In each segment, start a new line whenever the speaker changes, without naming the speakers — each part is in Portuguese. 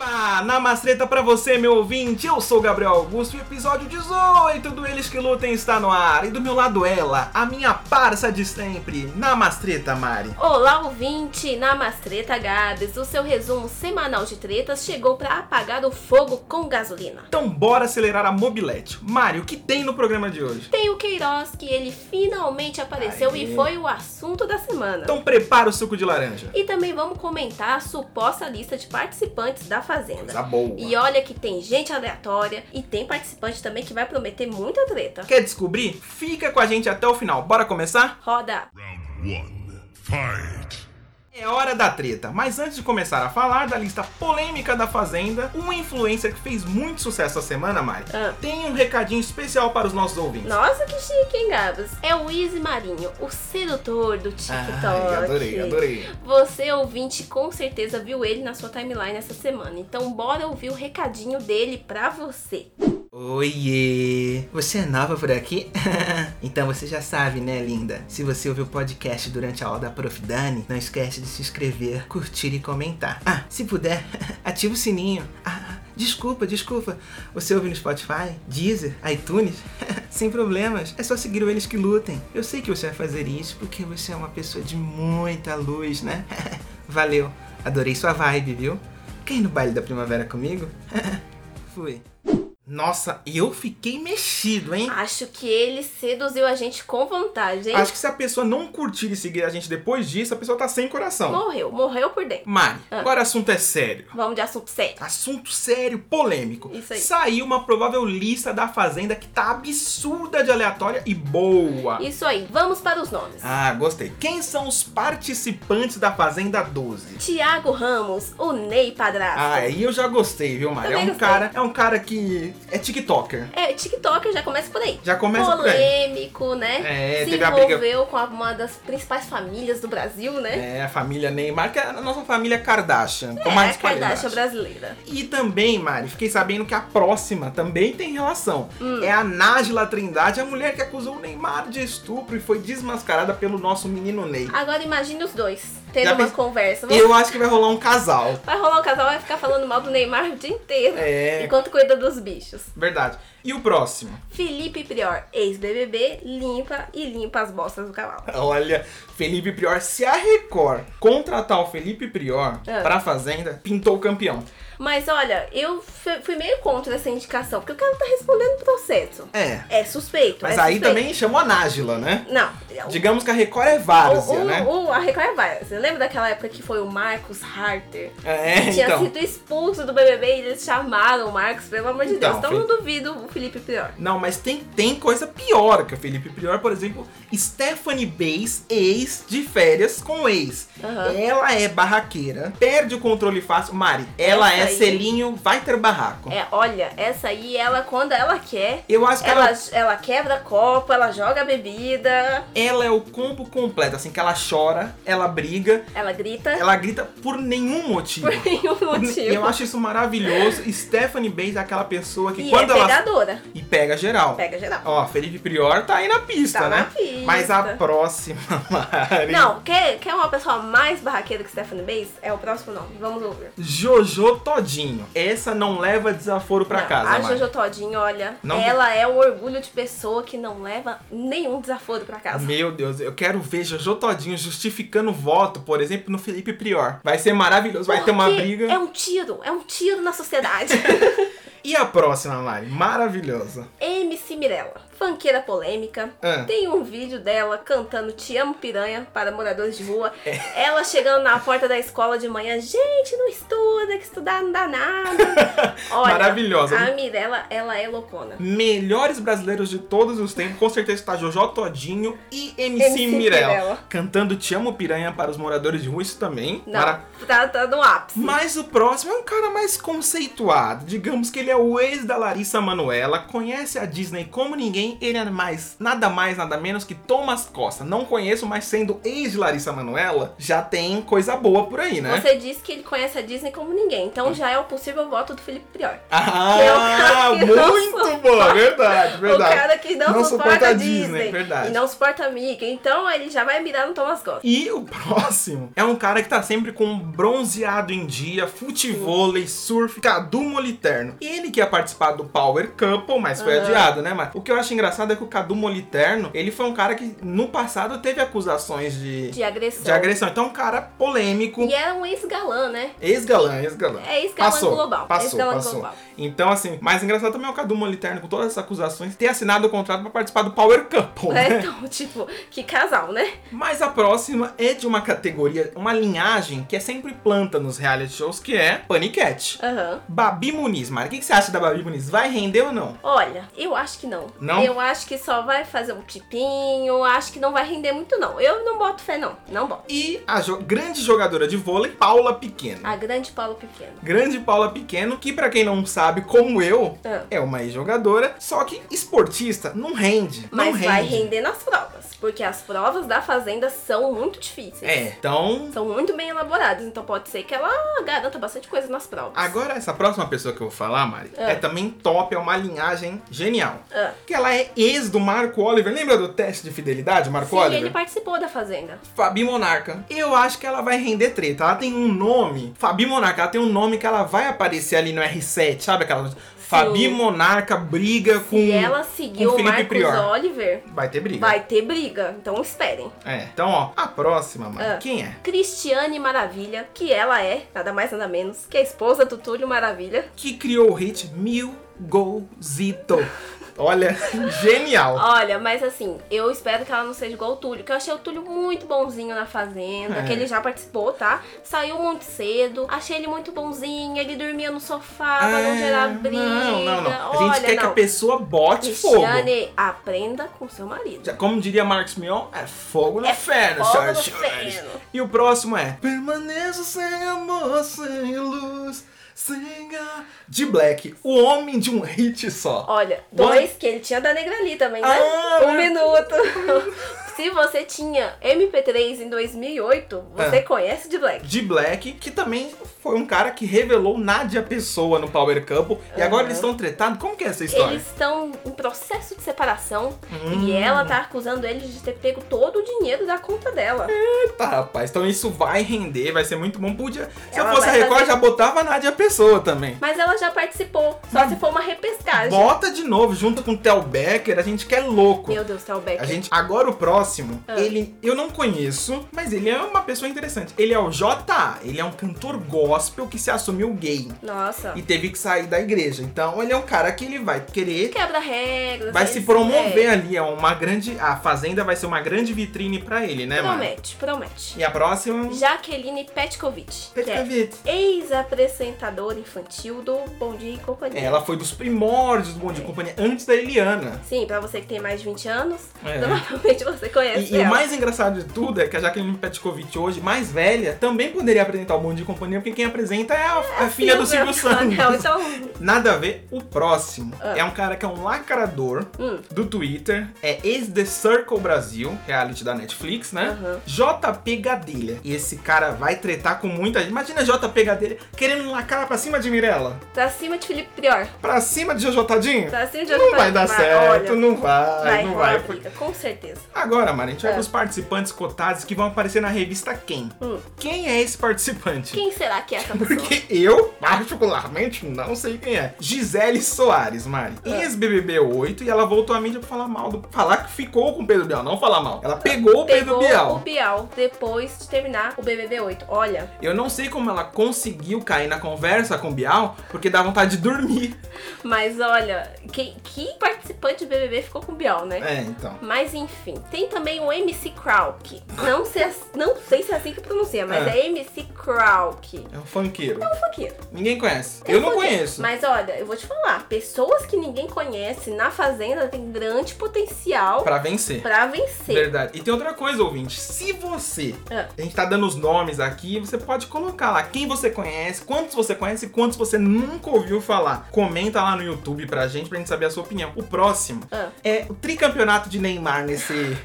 Olá, na mastreta pra você, meu ouvinte, eu sou o Gabriel Augusto e o episódio 18 do Eles Que Lutem está no ar. E do meu lado ela, a minha parça de sempre, na mastreta, Mari.
Olá, ouvinte! Na Mastreta Gabs, o seu resumo semanal de tretas chegou pra apagar o fogo com gasolina.
Então bora acelerar a mobilete. Mari, o que tem no programa de hoje?
Tem o Queiroz, que ele finalmente apareceu
Aê.
e foi o assunto da semana.
Então prepara o suco de laranja.
E também vamos comentar a suposta lista de participantes da Fazenda.
Coisa boa.
E olha que tem gente aleatória e tem participante também que vai prometer muita treta.
Quer descobrir? Fica com a gente até o final. Bora começar?
Roda!
Round one, fight!
É hora da treta, mas antes de começar a falar da lista polêmica da Fazenda, uma influencer que fez muito sucesso essa semana, Mari,
Ah.
tem um recadinho especial para os nossos ouvintes.
Nossa, que chique, hein, Gabs? É o Easy Marinho, o sedutor do TikTok.
Ai, adorei, adorei.
Você, ouvinte, com certeza viu ele na sua timeline essa semana. Então, bora ouvir o recadinho dele pra você.
Oiê! Você é nova por aqui? então você já sabe, né, linda? Se você ouviu o podcast durante a aula da Prof. Dani, não esquece de se inscrever, curtir e comentar. Ah, se puder, ativa o sininho. Ah, desculpa, desculpa. Você ouve no Spotify, Deezer, iTunes? Sem problemas, é só seguir o Eles Que Lutem. Eu sei que você vai fazer isso porque você é uma pessoa de muita luz, né? Valeu, adorei sua vibe, viu? Quer ir no baile da primavera comigo? Fui.
Nossa, eu fiquei mexido, hein?
Acho que ele seduziu a gente com vontade, hein?
Acho que se a pessoa não curtir e seguir a gente depois disso, a pessoa tá sem coração.
Morreu, morreu por dentro.
Mari,
Ah.
agora o assunto é sério.
Vamos de assunto sério.
Assunto sério, polêmico.
Isso aí.
Saiu uma provável lista da Fazenda que tá absurda de aleatória e boa.
Isso aí, vamos para os nomes.
Ah, gostei. Quem são os participantes da Fazenda 12?
Tiago Ramos, o Ney Padrasto.
Ah, aí eu já gostei, viu, Mari? É
Também
um
gostei.
cara, é um cara que é TikToker.
É, TikToker já começa por aí.
Já começa por aí.
Polêmico, né?
É,
Se
teve a briga.
envolveu com uma das principais famílias do Brasil, né?
É, a família Neymar, que é a nossa família Kardashian. com
é
mais
a Kardashian
qualidade.
brasileira.
E também, Mari, fiquei sabendo que a próxima também tem relação.
Hum.
É a Nájila Trindade, a mulher que acusou o Neymar de estupro e foi desmascarada pelo nosso menino Ney.
Agora imagine os dois tendo
Já
uma
pens-
conversa. Vamos-
Eu acho que vai rolar um casal.
Vai rolar um casal, vai ficar falando mal do Neymar o dia inteiro.
É,
Enquanto cuida dos bichos.
verdade. E o próximo?
Felipe Prior, ex-BBB, limpa e limpa as bostas do cavalo.
Olha, Felipe Prior, se a Record contratar o Felipe Prior
É.
pra Fazenda, pintou o campeão.
Mas olha, eu fu- fui meio contra essa indicação, porque o cara tá respondendo processo.
É.
É suspeito.
Mas
é
aí
suspeito.
também chamou a Nájila, né?
Não.
Digamos que a Record é
O,
várzea,
o,
né?
o, a Record é várzea. Lembra daquela época que foi o Marcos Harter?
É,
Tinha
então.
sido expulso do BBB e eles chamaram o Marcos, pelo amor de
Então,
Deus. Então
Felipe-
não duvido o Felipe Prior.
Não, mas tem, tem coisa pior que o Felipe Prior, por exemplo, Stephanie Bays, ex de férias com ex.
Aham.
Ela é barraqueira, perde o controle fácil. Mari, ela
Essa
é
aí.
selinho, vai ter barraco.
É, olha, essa aí, ela, quando ela quer,
Eu acho que
ela, ela quebra copo, ela joga bebida,
ela é o combo completo, assim, que ela chora, ela briga,
ela grita
ela grita por nenhum motivo.
por nenhum motivo.
Eu acho isso maravilhoso. Stephanie Bays é aquela pessoa que
e
quando
é
ela.
pegadora.
E pega geral.
Pega geral.
Ó, Felipe Prior tá aí na pista,
Tá
né?
na pista.
Mas a próxima, Mari.
Não, quer, quer uma pessoa mais barraqueira que Stephanie Bays? É o próximo nome. Vamos ouvir.
Jojo Todinho. Essa não leva desaforo pra
Não,
casa,
A
Mari.
Jojo Todinho, olha,
Não-
ela é um orgulho de pessoa que não leva nenhum desaforo pra casa.
Meu Deus, eu quero ver Jojo Todinho justificando voto, por exemplo, no Felipe Prior. Vai ser maravilhoso, vai ter uma
Porque
briga.
É um tiro, é um tiro na sociedade.
E a próxima, Mari? Maravilhosa.
MC Mirella, fanqueira polêmica.
Ah.
Tem um vídeo dela cantando Te Amo Piranha para moradores de rua.
É.
Ela chegando na porta da escola de manhã. Gente, não estuda, que estudar não dá nada. Olha,
Maravilhosa.
A Mirella, ela é loucona.
Melhores brasileiros de todos os tempos, com certeza está Jojo Todinho e MC,
MC
Mirella.
Mirella.
Cantando Te Amo Piranha para os moradores de rua, isso também.
Não,
Mara-
tá, tá no ápice.
Mas o próximo é um cara mais conceituado. Digamos que ele é o ex da Larissa Manoela, conhece a Disney como ninguém, ele é mais, nada mais, nada menos que Thomas Costa. Não conheço, mas sendo ex de Larissa Manoela, já tem coisa boa por aí, né?
Você disse que ele conhece a Disney como ninguém, então já é o possível voto do Felipe Prior.
Ah,
Que é o cara que não
muito bom, verdade, verdade.
O cara que não, suporta, a Disney,
é verdade.
e não suporta a Mickey, então ele já vai mirar no Thomas Goss.
E o próximo é um cara que tá sempre com um bronzeado em dia, futevôlei, surf, Cadu Moliterno. Ele que ia participar do Power Couple, mas foi adiado, né? Mas o que eu acho engraçado é que o Cadu Moliterno, ele foi um cara que no passado teve acusações de,
De agressão.
de agressão. Então, um cara polêmico.
E é um ex-galã, né?
Ex-galã, ex-galã.
É ex-galã
Passou,
global.
Passou,
ex-galã
passou.
global.
Então, assim, mas engraçado também é o Cadu Moliterno, com todas essas acusações, ter assinado o contrato pra participar do Power Couple, né?
É, então, tipo, que casal, né?
Mas a próxima é de uma categoria, uma linhagem que é sempre planta nos reality shows, que é Paniquete.
Aham.
Babi Muniz, Mara, o que, que você acha da Babi Muniz? Vai render ou não?
Olha, eu acho que não.
Não?
Eu acho que só vai fazer um tipinho, acho que não vai render muito, não. Eu não boto fé, não. Não boto.
E a jo- grande jogadora de vôlei, Paula Pequeno.
A grande Paulo Pequeno.
Grande Paula Pequeno, que pra quem não sabe, como eu,
Ah.
é uma ex-jogadora, só que esportista, não rende.
Mas
não rende.
vai render nas provas, porque as provas da Fazenda são muito difíceis.
É, então
São muito bem elaboradas, então pode ser que ela garanta bastante coisa nas provas.
Agora, essa próxima pessoa que eu vou falar, Mari,
Ah.
é também top, é uma linhagem genial.
Ah.
Que ela é ex do Marco Oliver. Lembra do teste de fidelidade, Marco
Sim,
Oliver?
ele participou da Fazenda.
Fabi Monarca. Eu acho que ela vai render treta. Ela tem um nome. Fabi Monarca, ela tem um nome que ela vai aparecer ali no R7, sabe aquela. Fabi Monarca briga com.
e ela seguiu o
Felipe
Marcos
Prior.
Oliver,
Vai ter briga.
vai ter briga. Então esperem.
É. Então, ó, a próxima, Mari,
Ah.
quem é?
Cristiane Maravilha, que ela é, nada mais nada menos, que a esposa do Túlio Maravilha.
Que criou o hit Mil Golzito. Olha, genial.
Olha, mas assim, eu espero que ela não seja igual o Túlio, que eu achei o Túlio muito bonzinho na fazenda,
É.
que ele já participou, tá? Saiu muito cedo, achei ele muito bonzinho, ele dormia no sofá, pra
É,
não gerar briga.
Não, não, não. A
Olha,
gente quer que
não.
a pessoa bote fogo.
Cristiane, aprenda com seu marido.
Já, como diria Marcos Mion, é fogo no
É
ferro,
fogo no
senhoras e senhores.
ferro.
E o próximo é Permaneço sem amor, sem luz, sem ar. De Black, o homem de um hit só.
Olha,
Bora.
dois que ele tinha da Negra ali também, né?
Ah,
um
mas-
minuto. Se você tinha MP3 em 2008, você
É.
conhece de Black.
De Black, que também foi um cara que revelou Nadia Pessoa no Power Couple. E agora eles estão tretados. Como que é essa história?
Eles estão em processo de separação
Hum.
e ela tá acusando ele de ter pego todo o dinheiro da conta dela.
Tá, rapaz. Então isso vai render, vai ser muito bom. Podia, se eu
Ela
fosse a
É vai
Record,
fazer-
já botava a Nadia Pessoa também.
Mas ela já participou, só se for uma repescagem.
Bota de novo, junto com o Theo Becker, a gente quer louco.
Meu Deus, tá Tel Becker.
A gente, agora o próximo,
Ah.
ele eu não conheço, mas ele é uma pessoa interessante. Ele é o JA, ele é um cantor gospel que se assumiu gay
Nossa.
e teve que sair da igreja. Então ele é um cara que ele vai querer,
Quebra regras.
vai se
eles-
promover
é,
ali, é uma grande, a fazenda vai ser uma grande vitrine pra ele, né, mano?
é, Promete, promete.
E a próxima, é
Jaqueline Petkovic. que é
Petkovic.
Ex-apresentadora infantil do Bom Dia e Companhia.
Ela foi dos primórdios do Bom
É.
de Companhia antes da Eliana.
Sim, pra você que tem mais de 20 anos,
É.
provavelmente você conhece
E, e o
ela.
mais engraçado de tudo é que a Jaqueline Petkovic hoje, mais velha, também poderia apresentar o Bom de Companhia, porque quem apresenta é a, a filha do Silvio Santos.
Então,
Nada a ver, o próximo
Ah.
é um cara que é um lacrador
hum,
do Twitter, é ex The Circle Brasil, reality da Netflix, né?
Aham.
JP Gadelha. E esse cara vai tretar com muita gente. Imagina JP Gadelha querendo lacrar pra cima de Mirella,
pra cima de Felipe Prior.
pra cima de Jojo Tadinho.
Pra cima de
Não
Oliver
vai dar
Platt,
certo,
tá olha,
não vai,
vai,
não
rolar
vai.
briga, com certeza.
Agora, Mari, a gente vai
Ah.
pros participantes cotados que vão aparecer na revista Quem.
Hum.
Quem é esse participante?
Quem será que é essa pessoa?
Porque eu, particularmente, não sei quem é. Gisele Soares, Mari.
É.
Ex-BBB 8 e ela voltou à mídia pra falar mal do... Falar que ficou com o Pedro Bial, não falar mal. Ela pegou o Pedro
Pegou o
Bial.
Bial depois de terminar o BBB 8. Olha,
Eu não sei como ela conseguiu cair na conversa com o Bial, porque dá vontade de dormir.
mas olha, que, que participante do BBB ficou com o Bial, né?
É, então.
Mas enfim, tem tem também o MC Krauk. Não sei, não sei se é assim que pronuncia, mas
É.
é, MC Krauk.
É um funkeiro.
É um funkeiro.
Ninguém conhece.
É um
Eu não
funkeiro.
conheço.
Mas olha, eu vou te falar. Pessoas que ninguém conhece na Fazenda tem grande potencial
Pra vencer.
pra vencer.
Verdade. E tem outra coisa, ouvinte. Se você.
Ah.
A gente tá dando os nomes aqui, você pode colocar lá quem você conhece, quantos você conhece e quantos você nunca ouviu falar. Comenta lá no YouTube pra gente, pra gente saber a sua opinião. O próximo
Ah.
é o tricampeonato de Neymar nesse,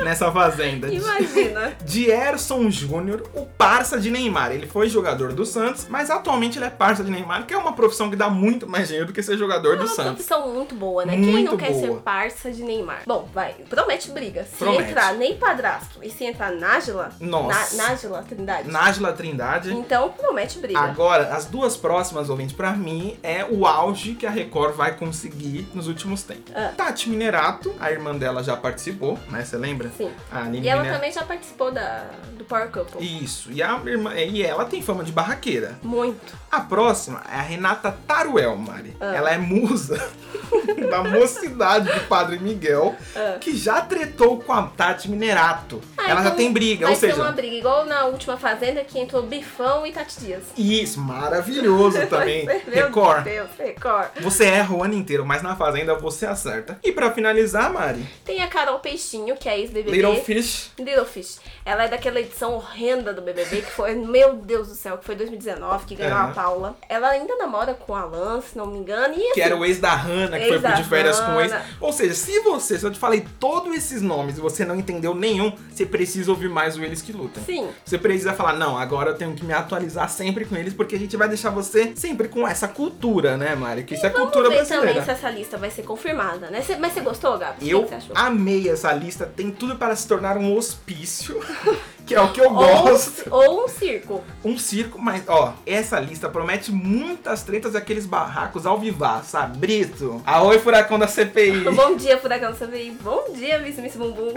nessa fazenda.
Imagina.
de Erson Júnior, o parça de Neymar. Ele foi jogador do Santos, mas atualmente ele é parça de Neymar, que é uma profissão que dá muito mais dinheiro do que ser jogador
É
do
uma
Santos.
profissão muito boa, né? Quem
Muito
não quer
boa.
ser parça de Neymar? Bom, vai, promete briga. Se
Promete.
entrar nem padrasto e se entrar Nájila,
Nossa.
Na, Nájila Trindade,
Nájila Trindade.
então promete briga.
Agora, as duas próximas, ouvintes, pra mim, é o auge que a Record vai conseguir nos últimos tempos.
Ah.
Tati Minerato, a irmã dela já participou, né? Você lembra?
Sim.
A Nini
E ela
Minerato.
também já participou da, do Power Couple.
Isso. E, a irmã, e ela tem fama de barraqueira.
Muito.
A próxima é a Renata Taruel, Mari.
Ah.
Ela é musa da mocidade do Padre Miguel,
Ah.
que já tretou com a Tati Minerato.
Ah,
ela já
então
tem briga, ou
vai
seja...
ser uma briga, igual na última Fazenda que entrou Bifão e Tati Dias.
Isso, maravilhoso também.
Meu
Record.
Deus, Record.
Você erra o ano inteiro, mas na fazenda você acerta. E pra finalizar, Mari,
Tem a Carol Peixinho, que é ex-BBB.
Little Fish.
Little Fish. Ela é daquela edição horrenda do BBB, que foi, meu Deus do céu, que foi 2019, que ganhou
É.
a Paula. Ela ainda namora com o Alan, se não me engano, e assim,
Que era o ex da Hannah, que
Ex
foi
da
de férias com o ex.
Hannah.
Ou seja, se você, se eu te falei todos esses nomes e você não entendeu nenhum, você precisa ouvir mais o Eles que Lutam.
Sim.
Você precisa falar, não, agora eu tenho que me atualizar sempre com eles, porque a gente vai deixar você sempre com essa cultura, né, Mari? Que isso é cultura
Vamos ver também
brasileira.
se essa lista vai ser confirmada, né? Cê- mas você gostou, Gabi? O
Eu
que você achou?
amei essa lista, tem tudo para se tornar um hospício, que é o que eu
Ou,
gosto.
um- ou um circo.
um circo, mas ó, essa lista promete muitas tretas e aqueles barracos ao vivar, sabe? Brito, Aoi Furacão da CPI,
Um Bom dia, Furacão CVI. Bom dia, Miss Miss Bumbum.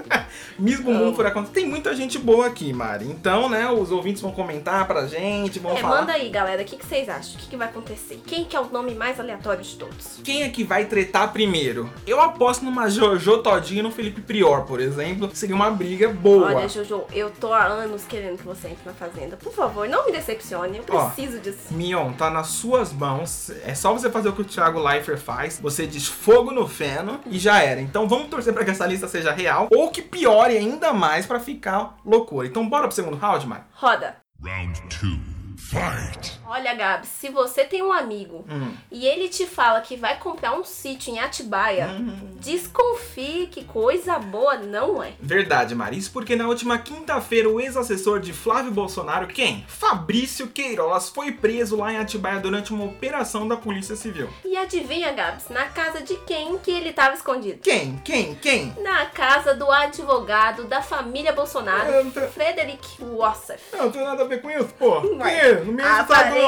Miss Bumbum
Amo.
Furacão. Tem muita gente boa aqui, Mari. Então, né, os ouvintes vão comentar pra gente, vão
É,
falar.
manda aí, galera. O que, que vocês acham? O que, que vai acontecer? Quem que é o nome mais aleatório de todos?
Quem é que vai tretar primeiro? Eu aposto numa Jojo Todinho e no Felipe Prior, por exemplo. Seria uma briga boa.
Olha, Jojo, eu tô há anos querendo que você entre na Fazenda. Por favor, não me decepcione. Eu
Ó.
preciso disso.
Mion, tá nas suas mãos. É só você fazer o que o Thiago Leifert faz. Você diz fogo no feno e já era. Então vamos torcer pra que essa lista seja real ou que piore ainda mais pra ficar loucura. Então bora pro segundo round, Mari?
Roda.
Round two. Fight.
Olha, Gabi, se você tem um amigo
Hum.
e ele te fala que vai comprar um sítio em Atibaia,
Hum,
desconfie que coisa boa não é.
Verdade, Mari. Isso porque na última quinta-feira o ex-assessor de Flávio Bolsonaro, quem? Fabrício Queiroz, foi preso lá em Atibaia durante uma operação da Polícia Civil.
E adivinha, Gabs, na casa de quem que ele tava escondido?
Quem? Quem? Quem?
Na casa do advogado da família
Eu
Bolsonaro,
não tenho-
Frederick Wassef.
Não, não tem nada a ver com isso, pô.
Ué,
Quem? Não é. me enche o saco, não.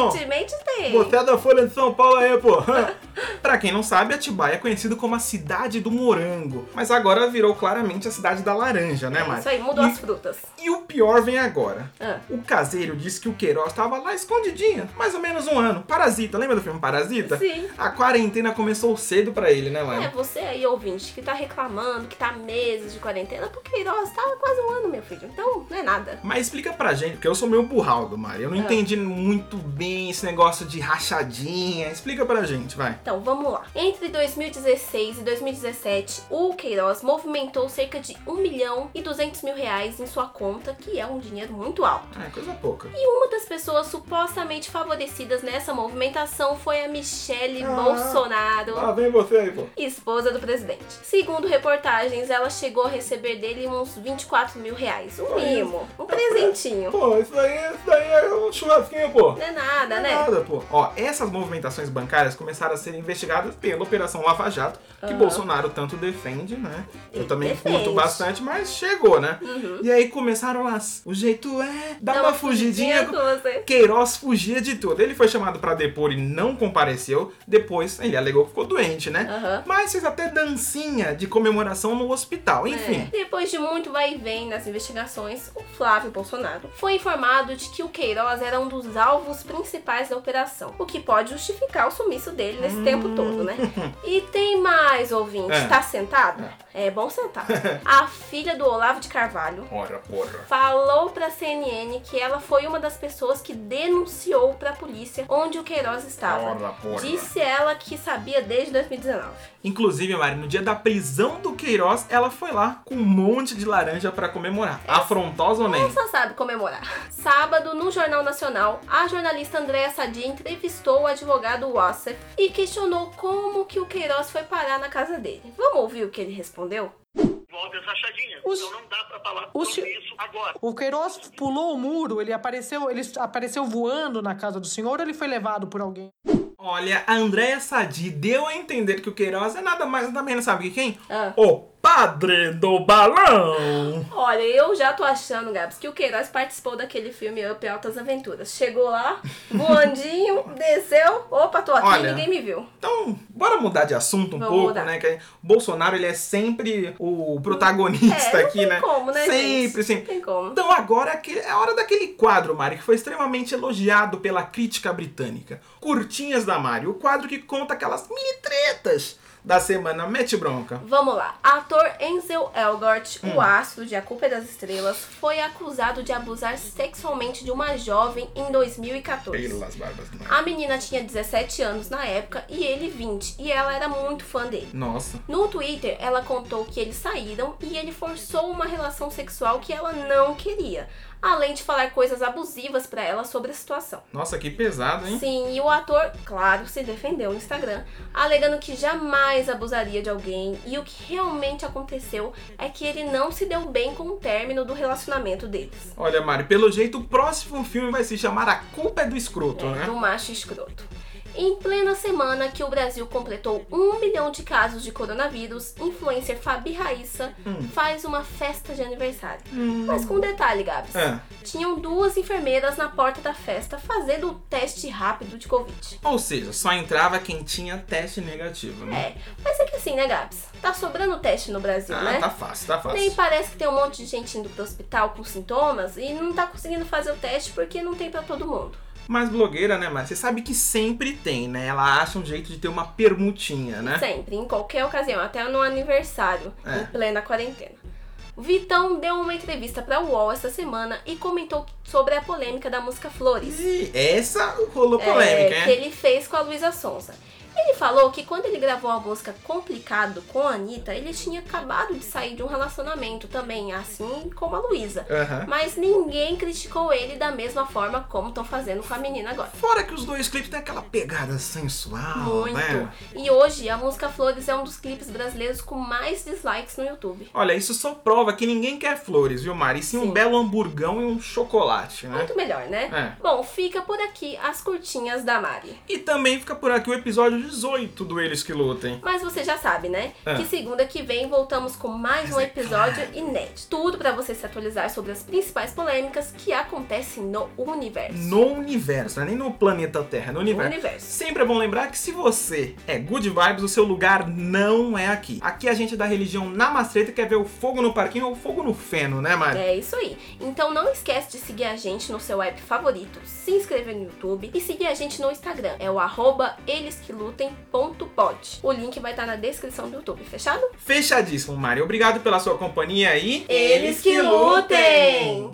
Aparentemente tem.
Boté é da Folha de São Paulo aí, pô. pra quem não sabe, Atibaia é conhecido como a cidade do morango, mas agora virou claramente a cidade da laranja, né, Mari?
É, Isso aí, mudou
e,
as frutas.
e o pior vem agora.
Ah.
O caseiro disse que o Queiroz estava lá escondidinho, mais ou menos um ano. Parasita, lembra do filme Parasita?
Sim.
A quarentena começou cedo pra ele, né, Mari?
É, você aí, ouvinte, que tá reclamando, que tá meses de quarentena, porque nós tá quase um ano, meu filho. Então, não é nada.
Mas explica pra gente, porque eu sou meio burraldo, Mari.
Ah.
Eu não entendi muito bem esse negócio de rachadinha. Explica pra gente, vai.
Então, vamos lá. Entre 2016 e 2017, o Queiroz movimentou cerca de 1 milhão e 200 mil reais em sua conta, que é um dinheiro muito alto.
Ah, é coisa pouca.
E uma das pessoas supostamente favorecidas nessa movimentação foi a Michelle
Ah.
Bolsonaro.
Ah, vem você aí, pô.
esposa do presidente. Segundo reportagens, ela chegou a receber dele uns 24 mil reais. Um mimo, um presentinho.
Pô, isso daí, isso daí é um churrasquinho, pô.
Não é nada,
Não
né?
é Nada, pô. Ó, essas movimentações bancárias começaram a ser investigadas pela Operação Lava Jato, que Bolsonaro tanto defende, né? Eu
Ele
também
defende. Uhum.
curto bastante, mas chegou, né? E aí começaram as. O jeito é dar
Dá
uma, fugidinha.
com você.
Queiroz fugia de tudo. Ele foi chamado pra depor e não compareceu. Depois, ele alegou que ficou doente, né?
Aham.
Mas fez até dancinha de comemoração no hospital. Enfim.
É. Depois de muito vai e vem nas investigações, o Flávio Bolsonaro foi informado de que o Queiroz era um dos alvos principais da operação, o que pode justificar o sumiço dele nesse tempo todo, né? E tem mais ouvinte,
É.
tá sentado? Hum. É bom sentar. a filha do Olavo de Carvalho
Ora, porra.
falou pra CNN que ela foi uma das pessoas que denunciou pra polícia onde o Queiroz estava.
Ora, porra.
Disse ela que sabia desde 2019.
Inclusive, Mari, no dia da prisão do Queiroz, ela foi lá com um monte de laranja pra comemorar. Afrontosamente.
Só sabe comemorar. Sábado, no Jornal Nacional, a jornalista Andréa Sadi entrevistou o advogado Wassef e questionou como que o Queiroz foi parar na casa dele. Vamos ouvir o que ele respondeu?
envolve as rachadinhas.
Os-
Então não dá pra falar
os-
sobre isso agora.
O Queiroz pulou o muro, ele apareceu, ele apareceu voando na casa do senhor, ou ele foi levado por alguém.
Olha, a Andréia Sadi deu a entender que o Queiroz é nada mais nada menos, sabe que quem?
Ah.
O padre do balão!
Olha, eu já tô achando, Gabs, que o Queiroz participou daquele filme Up Altas Aventuras. Chegou lá, voandinho, desceu, opa, tô aqui,
Olha.
ninguém me viu.
Então, bora mudar de assunto um
Vamos
pouco,
mudar.
né? Que Bolsonaro, ele é sempre o protagonista
É, não
aqui,
tem
né?
como, né, gente?
Sempre, sempre.
Não tem como.
Então agora é que- é a hora daquele quadro, Mari, que foi extremamente elogiado pela crítica britânica. Curtinhas da Mari, o quadro que conta aquelas mini tretas da semana Mete Bronca.
Vamos lá. Ator Enzel Elgort, o astro de A Culpa é das Estrelas, foi acusado de abusar sexualmente de uma jovem em 2014.
Pelas barbas do mar.
A menina tinha 17 anos na época e ele 20, e ela era muito fã dele.
Nossa.
No Twitter, ela contou que eles saíram e ele forçou uma relação sexual que ela não queria, além de falar coisas abusivas pra ela sobre a situação.
Nossa, que pesado, hein?
Sim, e o ator, claro, se defendeu no Instagram, alegando que jamais abusaria de alguém e o que realmente aconteceu é que ele não se deu bem com o término do relacionamento deles.
Olha, Mari, pelo jeito o próximo filme vai se chamar A Culpa é do Escroto, né?
Do macho escroto. Em plena semana que o Brasil completou um milhão de casos de coronavírus, influencer Fabi Raíssa
Hum.
faz uma festa de aniversário. Mas com um detalhe, Gabs.
É.
Tinham duas enfermeiras na porta da festa fazendo o teste rápido de Covid.
Ou seja, só entrava quem tinha teste negativo, né?
É, mas é que assim, né, Gabs? Tá sobrando teste no Brasil,
Ah,
né?
tá fácil, tá fácil.
Nem parece que tem um monte de gente indo pro hospital com sintomas e não tá conseguindo fazer o teste porque não tem pra todo mundo.
Mas blogueira, né, Mari? Você sabe que sempre tem, né? Ela acha um jeito de ter uma permutinha, né?
Sempre, em qualquer ocasião, até no aniversário,
É.
em plena quarentena. Vitão deu uma entrevista pra UOL essa semana e comentou sobre a polêmica da música Flores.
E essa rolou
é,
polêmica,
que
hein?
ele fez com a Luísa Sonza. Ele falou que quando ele gravou a música Complicado com a Anitta, ele tinha acabado de sair de um relacionamento também, assim como a Luísa.
Aham.
Mas ninguém criticou ele da mesma forma como estão fazendo com a menina agora.
Fora que os dois clipes têm aquela pegada sensual,
Muito.
né?
E hoje a música Flores é um dos clipes brasileiros com mais dislikes no YouTube.
Olha, isso só prova que ninguém quer flores, viu, Mari? E sim, um
Sim.
belo hamburgão e um chocolate, né?
Muito melhor, né?
É.
Bom, fica por aqui as curtinhas da Mari.
E também fica por aqui o episódio 18 do Eles Que Lutem.
Mas você já sabe, né?
É.
Que segunda que vem voltamos com mais um episódio inédito. Tudo pra você se atualizar sobre as principais polêmicas que acontecem no universo.
No universo, né? nem no planeta Terra, no universo.
universo.
Sempre é bom lembrar que se você é good vibes, o seu lugar não é aqui. Aqui a gente é da religião na mastreta quer ver o fogo no parquinho ou fogo no feno, né, Mari?
É isso aí. Então não esquece de seguir a gente no seu app favorito, se inscrever no YouTube e seguir a gente no Instagram. É o arroba elesquilutem.pod. O link vai estar na descrição do YouTube, fechado?
Fechadíssimo, Mari. Obrigado pela sua companhia e.
Eles que lutem!